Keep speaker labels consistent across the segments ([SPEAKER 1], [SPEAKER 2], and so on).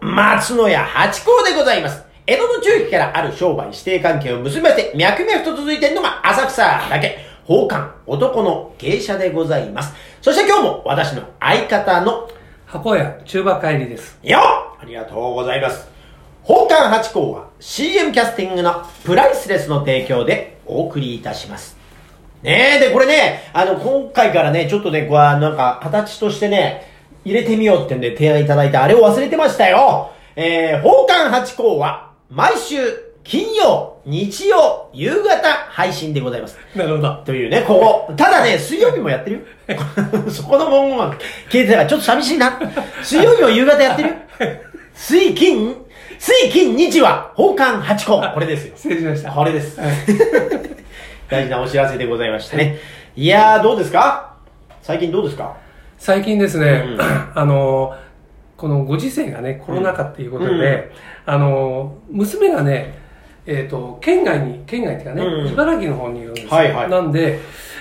[SPEAKER 1] 松野屋八甲でございます。江戸の中期からある商売指定関係を結びまして、脈々と続いているのが浅草だけ、宝冠男の芸者でございます。そして今日も私の相方の、
[SPEAKER 2] 箱屋中馬帰りです。
[SPEAKER 1] よっありがとうございます。宝冠八甲は CM キャスティングのプライスレスの提供でお送りいたします。ねえ、で、これね、あの、今回からね、ちょっとね、こう、あなんか、形としてね、入れてみようってんで提案いただいた、あれを忘れてましたよえー、宝冠八甲は、毎週、金曜、日曜、夕方、配信でございます。
[SPEAKER 2] なるほど。
[SPEAKER 1] というね、ここ。ただね、水曜日もやってるよ。 そこの文言が消えてたから、ちょっと寂しいな。水曜日も夕方やってるよ水金、水金日は、奉還八個。これですよ。
[SPEAKER 2] 失礼しました。
[SPEAKER 1] これです
[SPEAKER 2] は。い
[SPEAKER 1] 大事なお知らせでございましたね。いやー、どうですか最近どうですか
[SPEAKER 2] 最近ですね、
[SPEAKER 1] うん
[SPEAKER 2] あの、このご時世がね、コロナ禍っていうことで、
[SPEAKER 1] うんうん
[SPEAKER 2] あの、娘がね、えっ、と、県外に、県外っていうかね、
[SPEAKER 1] うん
[SPEAKER 2] 茨城の方にいるんですよ。
[SPEAKER 1] はいはい
[SPEAKER 2] なんで、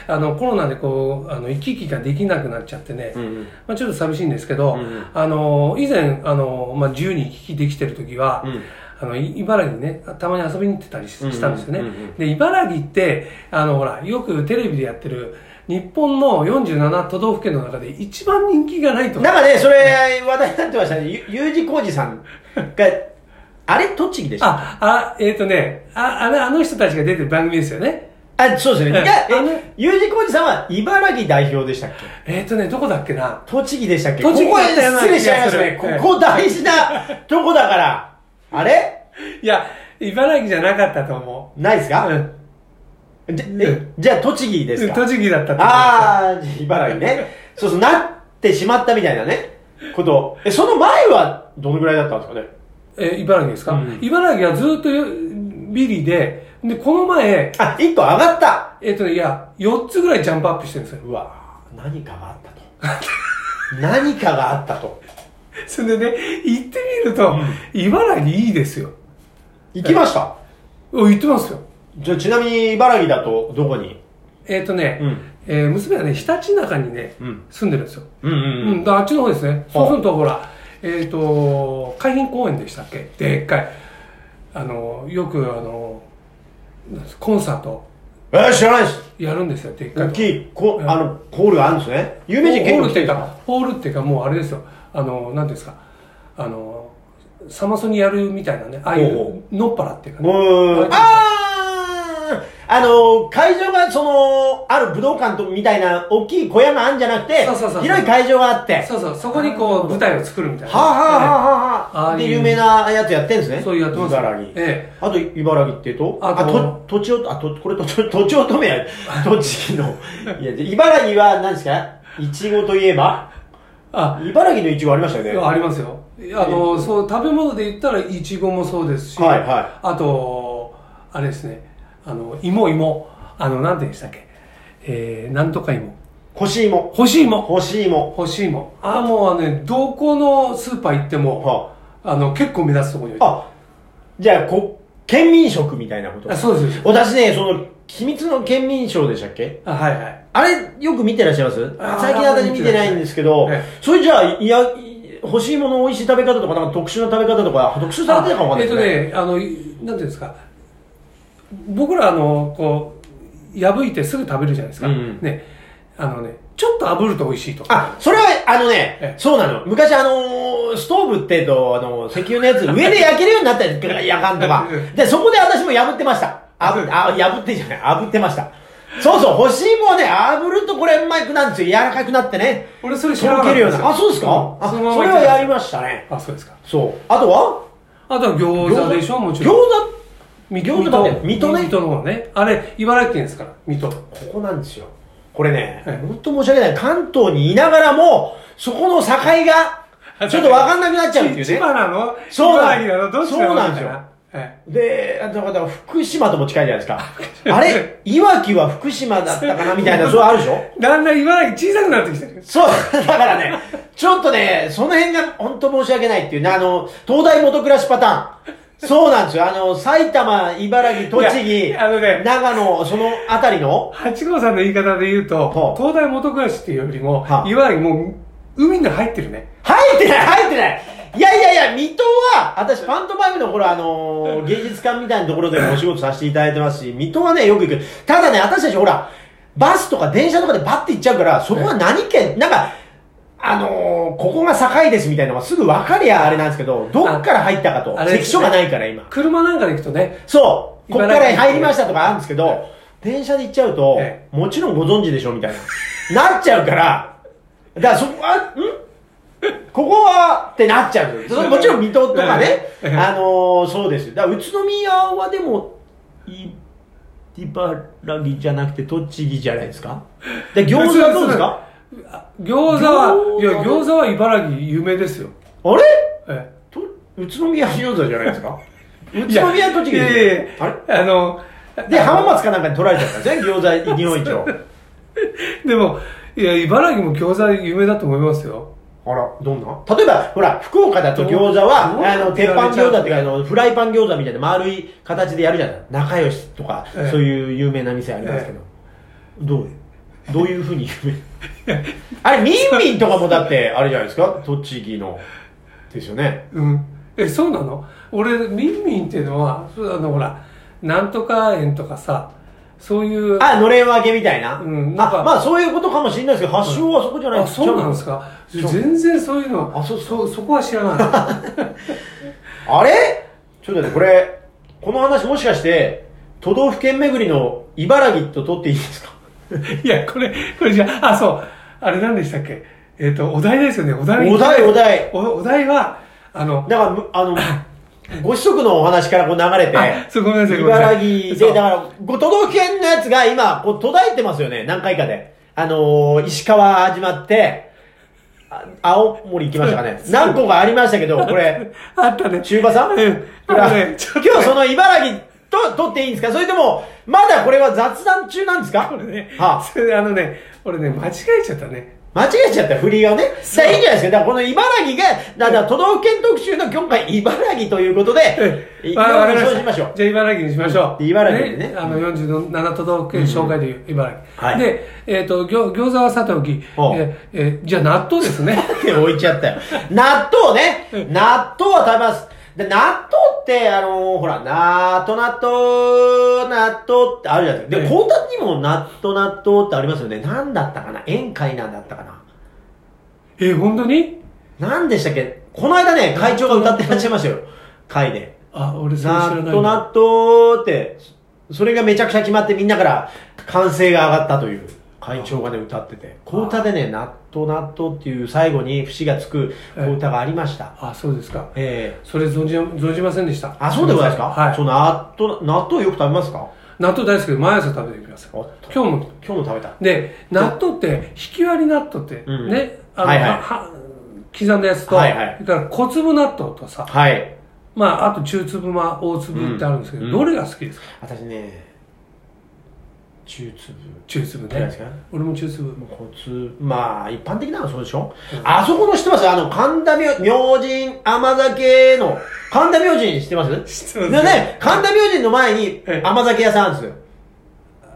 [SPEAKER 2] あの、コロナでこう、あの、行き来ができなくなっちゃってね、
[SPEAKER 1] ん。
[SPEAKER 2] まあ、ちょっと寂しいんですけど、
[SPEAKER 1] うん
[SPEAKER 2] あの、以前、あの、まあ、自由に行き来できてる時は、
[SPEAKER 1] うん
[SPEAKER 2] あの、い茨城にね、たまに遊びに行ってたりししたんですよね。
[SPEAKER 1] うんうんうんうん
[SPEAKER 2] で、茨城って、あの、ほら、よくテレビでやってる、日本の47都道府県の中で一番人気がないと。
[SPEAKER 1] なんかね、それ、話題になってましたね。ゆ U 字工事さんが、あれ栃木でした
[SPEAKER 2] あ、あ、えっ、とね、あ、あの、あの人たちが出てる番組ですよね。
[SPEAKER 1] あ、そうですね。
[SPEAKER 2] うん
[SPEAKER 1] いや、
[SPEAKER 2] あの
[SPEAKER 1] え U 字工事さんは茨城代表でしたっけ
[SPEAKER 2] えっ、とね、どこだっけな。
[SPEAKER 1] 栃木でしたっけ
[SPEAKER 2] 栃木
[SPEAKER 1] ここ
[SPEAKER 2] だったような
[SPEAKER 1] 失礼しちゃいましたね。
[SPEAKER 2] 気がする
[SPEAKER 1] ここ大事なとこだから。あれ
[SPEAKER 2] いや、茨城じゃなかったと思
[SPEAKER 1] ないです
[SPEAKER 2] う。う
[SPEAKER 1] か、
[SPEAKER 2] ん。
[SPEAKER 1] じゃえじゃあ栃木ですか
[SPEAKER 2] 栃木だったと思いま
[SPEAKER 1] ああ、茨城ね。そうそう、なってしまったみたいなね。こと。え、その前はどのぐらいだったんですかね
[SPEAKER 2] す。え、茨城ですか、
[SPEAKER 1] うん
[SPEAKER 2] 茨城はずっとビリで、で、この前、
[SPEAKER 1] あ、一個上がった。
[SPEAKER 2] えっ、とね、いや、4つぐらいジャンプアップしてるんですよ。
[SPEAKER 1] うわ何かがあ ったと。何かがあったと。
[SPEAKER 2] それでね、行ってみると、茨城いいですよ。
[SPEAKER 1] 行きました。
[SPEAKER 2] お行ってますよ。
[SPEAKER 1] じゃあ、ちなみに茨城だとどこに
[SPEAKER 2] えっ、とね、
[SPEAKER 1] うん
[SPEAKER 2] えー娘はね、ひたちなかにね、
[SPEAKER 1] うん
[SPEAKER 2] 住んでるんですよ。
[SPEAKER 1] うん
[SPEAKER 2] うん、だからあっちの方ですね。そうすると、ほら、えっ、と、海浜公園でしたっけでっかい。あの、よく、あの、コンサート
[SPEAKER 1] えー、知らないです。
[SPEAKER 2] やるんですよ、でっか
[SPEAKER 1] 大
[SPEAKER 2] いとこ。
[SPEAKER 1] きい、こ
[SPEAKER 2] う
[SPEAKER 1] うんあの、ホールがあるんですね。有名人結
[SPEAKER 2] ホー
[SPEAKER 1] 構来
[SPEAKER 2] ルっててい
[SPEAKER 1] る
[SPEAKER 2] うか、ホールっていうか、もうあれですよ。あの、なんていうんですか。あの、サマソニやるみたいなね、ああい
[SPEAKER 1] ほう
[SPEAKER 2] う、のっぱらっていうか
[SPEAKER 1] う
[SPEAKER 2] ね。
[SPEAKER 1] ーん。
[SPEAKER 2] ああ
[SPEAKER 1] あーあの、会場が、その、ある武道館とみたいな大きい小屋があるんじゃなくて、
[SPEAKER 2] そうそうそうそう
[SPEAKER 1] 広い会場があって、は
[SPEAKER 2] そうそう、そこにこう、舞台を作るみたいな。
[SPEAKER 1] あ、はあはあはあ
[SPEAKER 2] ああ
[SPEAKER 1] で、
[SPEAKER 2] いう
[SPEAKER 1] 有名なやつやってんですね。
[SPEAKER 2] そうやってます
[SPEAKER 1] 茨城。
[SPEAKER 2] え
[SPEAKER 1] あと、茨城っていうと、
[SPEAKER 2] あ
[SPEAKER 1] あ、
[SPEAKER 2] と
[SPEAKER 1] と、土地を、あ、と、これ、とち、土地を止め や、栃木の。いや、で茨城は何ですかいちごといえば
[SPEAKER 2] あ、
[SPEAKER 1] 茨城のいちごありましたよね。
[SPEAKER 2] ありますよ。あの、そう、食べ物で言ったら、いちごもそうですし、
[SPEAKER 1] はいは
[SPEAKER 2] あと、あれですね、あの、芋芋、あの、なんて言うんでしたっけ、えー、なんとか芋。
[SPEAKER 1] 干し芋。
[SPEAKER 2] 干し芋。
[SPEAKER 1] 干し芋。
[SPEAKER 2] 干し芋。あ、もうあのね、どこのスーパー行っても、
[SPEAKER 1] は
[SPEAKER 2] あの、結構目立つところに置いてある
[SPEAKER 1] あ、じゃあ、こ、県民食みたいなこと
[SPEAKER 2] あ、そうですそうです。
[SPEAKER 1] 私ね、その、秘密の県民賞でしたっけ
[SPEAKER 2] あ、はいはい。
[SPEAKER 1] あれ、よく見てらっしゃいます
[SPEAKER 2] あー
[SPEAKER 1] 最近私見てないんですけど
[SPEAKER 2] え、
[SPEAKER 1] それじゃあ、いや、い欲しいもの美味しい食べ方とか、なんか特殊な食べ方とか、特殊されてるかもわかんないですね。
[SPEAKER 2] えっ、とね、あの、いなんていうんですか、僕ら、あの、こう、破いてすぐ食べるじゃないですか。
[SPEAKER 1] うんうん
[SPEAKER 2] ね。あのね、ちょっと炙ると美味しいとか。
[SPEAKER 1] あ、それは、あのね
[SPEAKER 2] え、
[SPEAKER 1] そうなの。昔あのーストーブってと、あのー石油のやつ、上で焼けるようになったややかんとか
[SPEAKER 2] う。ん
[SPEAKER 1] で、そこで私も破ってました。あぶ、あ、破ってじゃない、炙ってました。そうそう、干し芋はね、炙るとこれうまくなるんですよ。柔らかくなってね。
[SPEAKER 2] 俺それ知
[SPEAKER 1] と
[SPEAKER 2] らな
[SPEAKER 1] ろ
[SPEAKER 2] かっ
[SPEAKER 1] け
[SPEAKER 2] た
[SPEAKER 1] るような。あ、そうですか
[SPEAKER 2] ん
[SPEAKER 1] あ、
[SPEAKER 2] そ
[SPEAKER 1] そ
[SPEAKER 2] のまま
[SPEAKER 1] れ
[SPEAKER 2] 行っ
[SPEAKER 1] は
[SPEAKER 2] てた
[SPEAKER 1] やりましたね。
[SPEAKER 2] あ、そうですか。
[SPEAKER 1] そう。あとは
[SPEAKER 2] あとは餃子でしょ、もちろん。
[SPEAKER 1] 餃
[SPEAKER 2] み
[SPEAKER 1] 餃子
[SPEAKER 2] 水
[SPEAKER 1] だ
[SPEAKER 2] 戸
[SPEAKER 1] って水戸ね
[SPEAKER 2] 水戸の方ね。あれ、茨城県ですから、水戸。
[SPEAKER 1] 子ここなんですよ。これね、
[SPEAKER 2] はい
[SPEAKER 1] 本当申し訳ない。関東にいながらも、そこ の境が、ちょっとわかんなくなっちゃうっていう
[SPEAKER 2] 千
[SPEAKER 1] ね。
[SPEAKER 2] 葉なの
[SPEAKER 1] そうなん
[SPEAKER 2] 茨城なのどっち
[SPEAKER 1] そうなんですよ
[SPEAKER 2] え
[SPEAKER 1] で、あだから福島とも近いじゃないです か。あれいわきは福島だったかなみたいな、そうあるでしょ
[SPEAKER 2] えだんだん茨城小さくなってきてる。
[SPEAKER 1] そう、だからね、ちょっとね、その辺が本当申し訳ないっていうね、あの、東大元暮らしパターン。そうなんですよ。あの、埼玉、茨城、栃
[SPEAKER 2] い
[SPEAKER 1] 木、
[SPEAKER 2] やあのね
[SPEAKER 1] 長野、そのあたりの、
[SPEAKER 2] 八号さんの言い方で言う
[SPEAKER 1] は
[SPEAKER 2] と
[SPEAKER 1] あ、
[SPEAKER 2] 東大元暮らしっていうよりも
[SPEAKER 1] はあ、
[SPEAKER 2] 茨城もう海の中入ってるね。
[SPEAKER 1] 入ってない、入ってない。いやいやいや、水戸私、パントマイムの頃、あのー芸術館みたいなところでもお仕事させていただいてますし、水戸はね、よく行く。ただね、私たちほら、バスとか電車とかでバッて行っちゃうから、そこは何県、なんか、あのーここが境ですみたいなのがすぐ分かりゃあれなんですけど、どっから入ったかと
[SPEAKER 2] ああ。れです
[SPEAKER 1] 関所
[SPEAKER 2] ね
[SPEAKER 1] がないから、今。
[SPEAKER 2] 車なんかで行くとね、
[SPEAKER 1] そう、こっか
[SPEAKER 2] 茨
[SPEAKER 1] ら
[SPEAKER 2] 城
[SPEAKER 1] 入りましたとかあるんですけど、電車で行っちゃうと
[SPEAKER 2] え、
[SPEAKER 1] もちろんご存知でしょみたいな。なっちゃうから、だからそこは、んここはってなっちゃう。そのもちろん水戸とかね、
[SPEAKER 2] ええ
[SPEAKER 1] あのーそうです。だから宇都宮はでも、い茨城じゃなくて栃木じゃないですかで、餃子はどうですか
[SPEAKER 2] 餃子は、
[SPEAKER 1] 餃
[SPEAKER 2] い
[SPEAKER 1] 子
[SPEAKER 2] や、餃子は茨城有名ですよ。
[SPEAKER 1] あれ
[SPEAKER 2] え
[SPEAKER 1] と宇都宮餃子じゃないですか宇
[SPEAKER 2] え
[SPEAKER 1] 都宮栃木
[SPEAKER 2] いやいやい
[SPEAKER 1] で
[SPEAKER 2] や
[SPEAKER 1] すあれ
[SPEAKER 2] あの、
[SPEAKER 1] で、浜松かなんかに取られちゃったんですね、餃子日本一を。
[SPEAKER 2] でも、いや、茨城も餃子有名だと思いますよ。
[SPEAKER 1] あら、どんな例えば、ほら、福岡だと餃子は、
[SPEAKER 2] どう
[SPEAKER 1] あの、鉄板餃子っていうか、あの、フライパン餃子みたいな丸い形でやるじゃない仲良しとか、
[SPEAKER 2] ええ
[SPEAKER 1] そういう有名な店ありますけど。どうどういうふうに有名 あれ、みんみんとかもだって、あれじゃないですか栃木の。ですよね。
[SPEAKER 2] うん。え、そうなの俺、ミンミンっていうのは、そうあの、ほら、なんとか園とかさ、そういう、
[SPEAKER 1] あ、のれん分けみたいな。
[SPEAKER 2] うんなんか
[SPEAKER 1] あ、まあそういうことかもしれないですけど、発祥はそこじゃない
[SPEAKER 2] あそうなんですか全然そういうの
[SPEAKER 1] あそうっすか
[SPEAKER 2] そそこは知らない
[SPEAKER 1] あれちょっと待って、これ、この話もしかして、都道府県巡りの茨城と取っていいですか
[SPEAKER 2] いやこれこれじゃああそうあれ何でしたっけえっ、とお題ですよねお題
[SPEAKER 1] お題お題
[SPEAKER 2] おお題はあの
[SPEAKER 1] だからむ、あ の、ご子息のお話からこう流れ
[SPEAKER 2] あ
[SPEAKER 1] て、
[SPEAKER 2] そうごめんなさいごめんなさ
[SPEAKER 1] 茨
[SPEAKER 2] い
[SPEAKER 1] 城
[SPEAKER 2] そ
[SPEAKER 1] で、
[SPEAKER 2] う
[SPEAKER 1] だから、ご都道府県のやつが今、こう途絶えてますよね、何回かで。あのー、石川始まって、あ青森行きましたかね。何個かありましたけど、こ れ、
[SPEAKER 2] あったね
[SPEAKER 1] 中馬さん、
[SPEAKER 2] うん
[SPEAKER 1] ほら
[SPEAKER 2] あのねちょっとね
[SPEAKER 1] 今日その茨城と取っていいんですかそれとも、まだこれは雑談中なんですか
[SPEAKER 2] これね、
[SPEAKER 1] はあ
[SPEAKER 2] それであのね俺ね間違えちゃったね
[SPEAKER 1] 間違えちゃった、振りをね。だからいいんじゃないですか。だからこの茨城が、だから都道府県特集の今回、茨城ということで、い
[SPEAKER 2] あわ
[SPEAKER 1] ろ
[SPEAKER 2] か
[SPEAKER 1] い
[SPEAKER 2] り
[SPEAKER 1] ろ
[SPEAKER 2] ま
[SPEAKER 1] そう
[SPEAKER 2] し
[SPEAKER 1] しましょ
[SPEAKER 2] た
[SPEAKER 1] う。
[SPEAKER 2] じゃあ茨城にしましょう。
[SPEAKER 1] で茨城でね
[SPEAKER 2] あの47都道府県紹介でいう茨城。
[SPEAKER 1] はい
[SPEAKER 2] で、えっ、と、餃餃子はさておき、え
[SPEAKER 1] おう
[SPEAKER 2] ーえーじゃあ納豆ですね。
[SPEAKER 1] って置いちゃったよ。納豆ね。納豆は食べます。で、納豆って、あのーほら、納豆、納豆、納豆ってあるじゃないですか。で、
[SPEAKER 2] ええ
[SPEAKER 1] 高達にも納豆、納豆ってありますよね。なんだったかな宴会なんだったかな
[SPEAKER 2] えー、本当に
[SPEAKER 1] なんでしたっけこの間ね、会長が歌ってらっしゃいましたよ。会で。
[SPEAKER 2] あ、俺それ知
[SPEAKER 1] な
[SPEAKER 2] らない
[SPEAKER 1] っ
[SPEAKER 2] な。
[SPEAKER 1] となっとって、そそれがめちゃくちゃ決まってみんなから歓声が上がったという会長がね、歌ってて。コータでね、なっとなっとっていう最後に節がつくコータがありました。
[SPEAKER 2] あ、そうですか。
[SPEAKER 1] ええ
[SPEAKER 2] それ存じ、存じませんでした。
[SPEAKER 1] あ、そうでございますか
[SPEAKER 2] はい
[SPEAKER 1] そう、。納豆、納豆よく食べますか
[SPEAKER 2] 納豆大好きで毎朝食べてきます。
[SPEAKER 1] おっと
[SPEAKER 2] 今日も。
[SPEAKER 1] 今日の食べた。
[SPEAKER 2] で、納豆って、引き割り納豆って、
[SPEAKER 1] うん
[SPEAKER 2] ね、あの、
[SPEAKER 1] はいはい
[SPEAKER 2] は刻んだやつと、
[SPEAKER 1] はいはい
[SPEAKER 2] それから小粒納豆とさ、
[SPEAKER 1] はい。
[SPEAKER 2] まあ、あと中粒、まあ、大粒ってあるんですけど、
[SPEAKER 1] うん
[SPEAKER 2] どれが好きですか
[SPEAKER 1] 私ね、中粒。
[SPEAKER 2] 中粒
[SPEAKER 1] どれで
[SPEAKER 2] ね
[SPEAKER 1] すか。
[SPEAKER 2] 俺も中粒。
[SPEAKER 1] コツ、まあ、一般的なのはそうでしょ、あそこの知ってますあの、神田明明神甘酒の、神田明神知ってます
[SPEAKER 2] 知ってま
[SPEAKER 1] で
[SPEAKER 2] す
[SPEAKER 1] ね、神田明神の前に
[SPEAKER 2] ええ
[SPEAKER 1] 甘酒屋さんあるんですよ。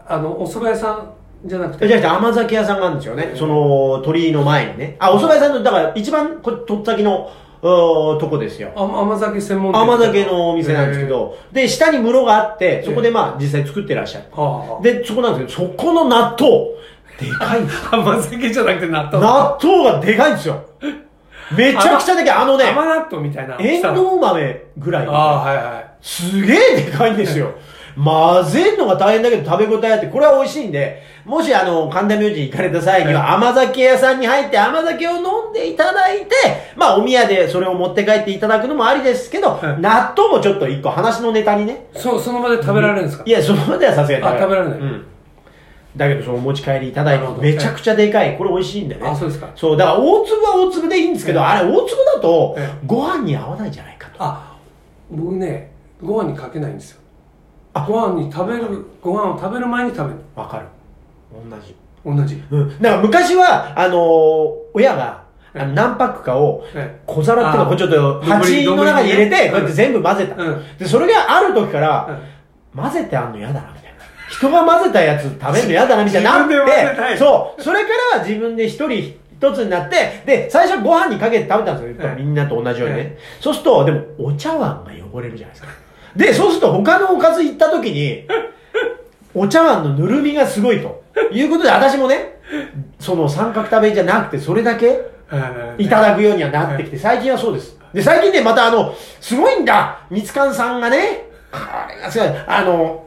[SPEAKER 2] あの、お蕎麦屋さんじゃなく
[SPEAKER 1] じゃなく
[SPEAKER 2] て、
[SPEAKER 1] て甘酒屋さんがあるんですよね。その、鳥居の前にね。あ、お蕎麦屋さんの、だから一番、こ取っ先の、うーとこですよ。
[SPEAKER 2] あ甘酒専門店。
[SPEAKER 1] 甘酒のお店なんですけど、で、下に室があって、そこでまあ、実際作ってらっしゃる
[SPEAKER 2] え。ー。は
[SPEAKER 1] で、そこなんですけど、そこの納豆、でかいんですよ
[SPEAKER 2] あ、甘酒じゃなくて納豆。
[SPEAKER 1] 納豆がでかいんですよ。めちゃくちゃでかい。あのね、
[SPEAKER 2] 甘納豆みたいな。
[SPEAKER 1] エンドウ豆ぐらい
[SPEAKER 2] あ。あ、はいはい。
[SPEAKER 1] すげえでかいんですよ。混ぜるのが大変だけど食べ応えあって、これは美味しいんで、もしあの、神田明神行かれた際には甘酒屋さんに入って甘酒を飲んでいただいて、まあお宮でそれを持って帰っていただくのもありですけど、
[SPEAKER 2] はい
[SPEAKER 1] 納豆もちょっと一個話のネタにね。
[SPEAKER 2] そ、その場で食べられるんですか
[SPEAKER 1] いや、そのまではさすがに
[SPEAKER 2] あ食べられない
[SPEAKER 1] うん。だけど、そのお持ち帰りいただい
[SPEAKER 2] なるほ
[SPEAKER 1] て、
[SPEAKER 2] ど
[SPEAKER 1] めちゃくちゃでかい。これ美味しいんでね。
[SPEAKER 2] あそうですか
[SPEAKER 1] そう、だから大粒は大粒でいいんですけど、
[SPEAKER 2] ええ
[SPEAKER 1] あれ大粒だと
[SPEAKER 2] ええ、
[SPEAKER 1] ご飯に合わないんじゃないかと。
[SPEAKER 2] あ、僕ね、ご飯にかけないんですよ。
[SPEAKER 1] あ
[SPEAKER 2] ご飯に食べる、ご飯を食べる前に食べる。
[SPEAKER 1] わかる。同じ。
[SPEAKER 2] 同じ。
[SPEAKER 1] うん。だから昔は、あのー親が、あの何パックかを、
[SPEAKER 2] え
[SPEAKER 1] 小皿っていうのをこうちょっと、
[SPEAKER 2] あ
[SPEAKER 1] 鉢の中に入れて、
[SPEAKER 2] 丼にね
[SPEAKER 1] こうやって全部混ぜた。
[SPEAKER 2] うん
[SPEAKER 1] で、それがある時から、
[SPEAKER 2] うん
[SPEAKER 1] 混ぜてあんの嫌だな、みたいな。人が混ぜたやつ食べるの嫌だな、みたいになっ
[SPEAKER 2] 自分で混ぜた
[SPEAKER 1] て、
[SPEAKER 2] い
[SPEAKER 1] そう。それからは自分で一人一つになって、で、最初ご飯にかけて食べたんですよ。
[SPEAKER 2] ええ
[SPEAKER 1] みんなと同じようにね。
[SPEAKER 2] え
[SPEAKER 1] そうすると、でも、お茶碗が汚れるじゃないですか。で、そうすると他のおかず行った時に、お茶碗のぬるみがすごいと。いうことで、私もね、その三角食べじゃなくて、それだけいた
[SPEAKER 2] だ
[SPEAKER 1] だくようにはなってきて、最近はそうです。で、最近ね、またあの、すごいんだみつかんさんがね、あれがすごい、あの、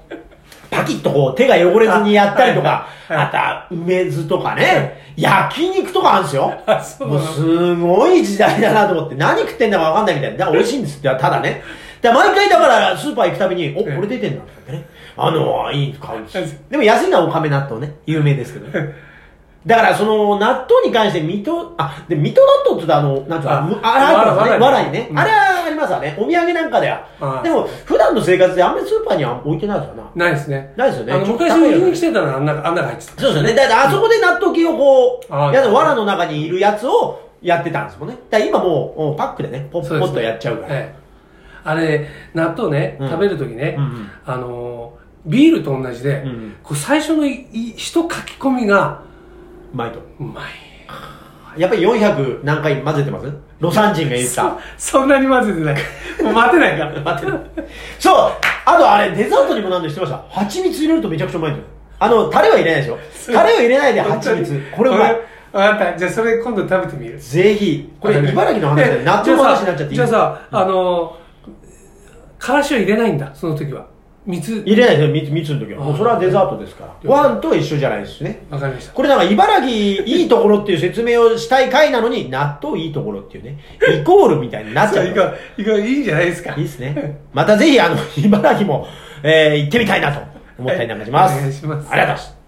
[SPEAKER 1] パキッとこう手が汚れずにやったりとか、
[SPEAKER 2] あはいはい
[SPEAKER 1] あとは梅酢とかね、焼肉とかあるんですよ。
[SPEAKER 2] あそうな
[SPEAKER 1] も
[SPEAKER 2] の
[SPEAKER 1] うすごい時代だなと思って、何食ってんだかわかんないみたいな。だから美味しいんですって、ただね。だから毎回だからスーパー行くたびに、お、こ
[SPEAKER 2] ええ
[SPEAKER 1] れ出てんだってね。あの、いい買うんです
[SPEAKER 2] え
[SPEAKER 1] でも安いのはおかめ納豆ね。有名ですけどね。だからその納豆に関して水戸、あ、で、水戸納豆って言うとあの、なんつうの、
[SPEAKER 2] あ
[SPEAKER 1] むあら、
[SPEAKER 2] わら
[SPEAKER 1] ね、
[SPEAKER 2] わら
[SPEAKER 1] わらいね。
[SPEAKER 2] うん
[SPEAKER 1] あれはありますわね。お土産なんかでは
[SPEAKER 2] は。い
[SPEAKER 1] でも、普段の生活であんまりスーパーには置いてないですよな。
[SPEAKER 2] ないですね
[SPEAKER 1] ないですよね
[SPEAKER 2] あの
[SPEAKER 1] ちょっと
[SPEAKER 2] 昔の売りに来てたらあんなあんなが入ってた
[SPEAKER 1] そうですよね。だってあそこで納豆菌をこう、
[SPEAKER 2] あー
[SPEAKER 1] やだ、藁の中にいるやつをやってたんですもんね。だから今もう、うんパックでね、ポッポ
[SPEAKER 2] そうです
[SPEAKER 1] ッとやっちゃうから。
[SPEAKER 2] ええあれ納豆ね、
[SPEAKER 1] うん
[SPEAKER 2] 食べる時ね、
[SPEAKER 1] うんうん
[SPEAKER 2] あのービールと同じで、
[SPEAKER 1] うんうん
[SPEAKER 2] こう最初のいい一書き込みが
[SPEAKER 1] うまいと。
[SPEAKER 2] うまい
[SPEAKER 1] やっぱり400何回混ぜてますロサン人が言った。
[SPEAKER 2] そそんなに混ぜてないもう待てないから
[SPEAKER 1] 待ってる そうあとあれデザートにもなんでしてました蜂蜜入れるとめちゃくちゃうまいんですよあのタレは入れないでしょタレを入れないで蜂蜜これうまい
[SPEAKER 2] 分かったじゃあそれ今度食べてみる
[SPEAKER 1] ぜひこれ茨城の話だよ
[SPEAKER 2] え
[SPEAKER 1] 納豆の話になっちゃっていい
[SPEAKER 2] じゃあさ、じゃあさあのーからしを入れないんだその時は蜜
[SPEAKER 1] 入れないですよ蜜蜜の時はもうそれはデザートですからご飯と一緒じゃないですしね
[SPEAKER 2] わかりました
[SPEAKER 1] これなんか茨城いいところっていう説明をしたい回なのに納豆いいところっていうねイコールみたいになっちゃう
[SPEAKER 2] いかいかいいんじゃないですか
[SPEAKER 1] いいですね。またぜひ、あの、茨城も、えー行ってみたいなと思ったりなんかします。
[SPEAKER 2] はいお願いします
[SPEAKER 1] ありがとうございます。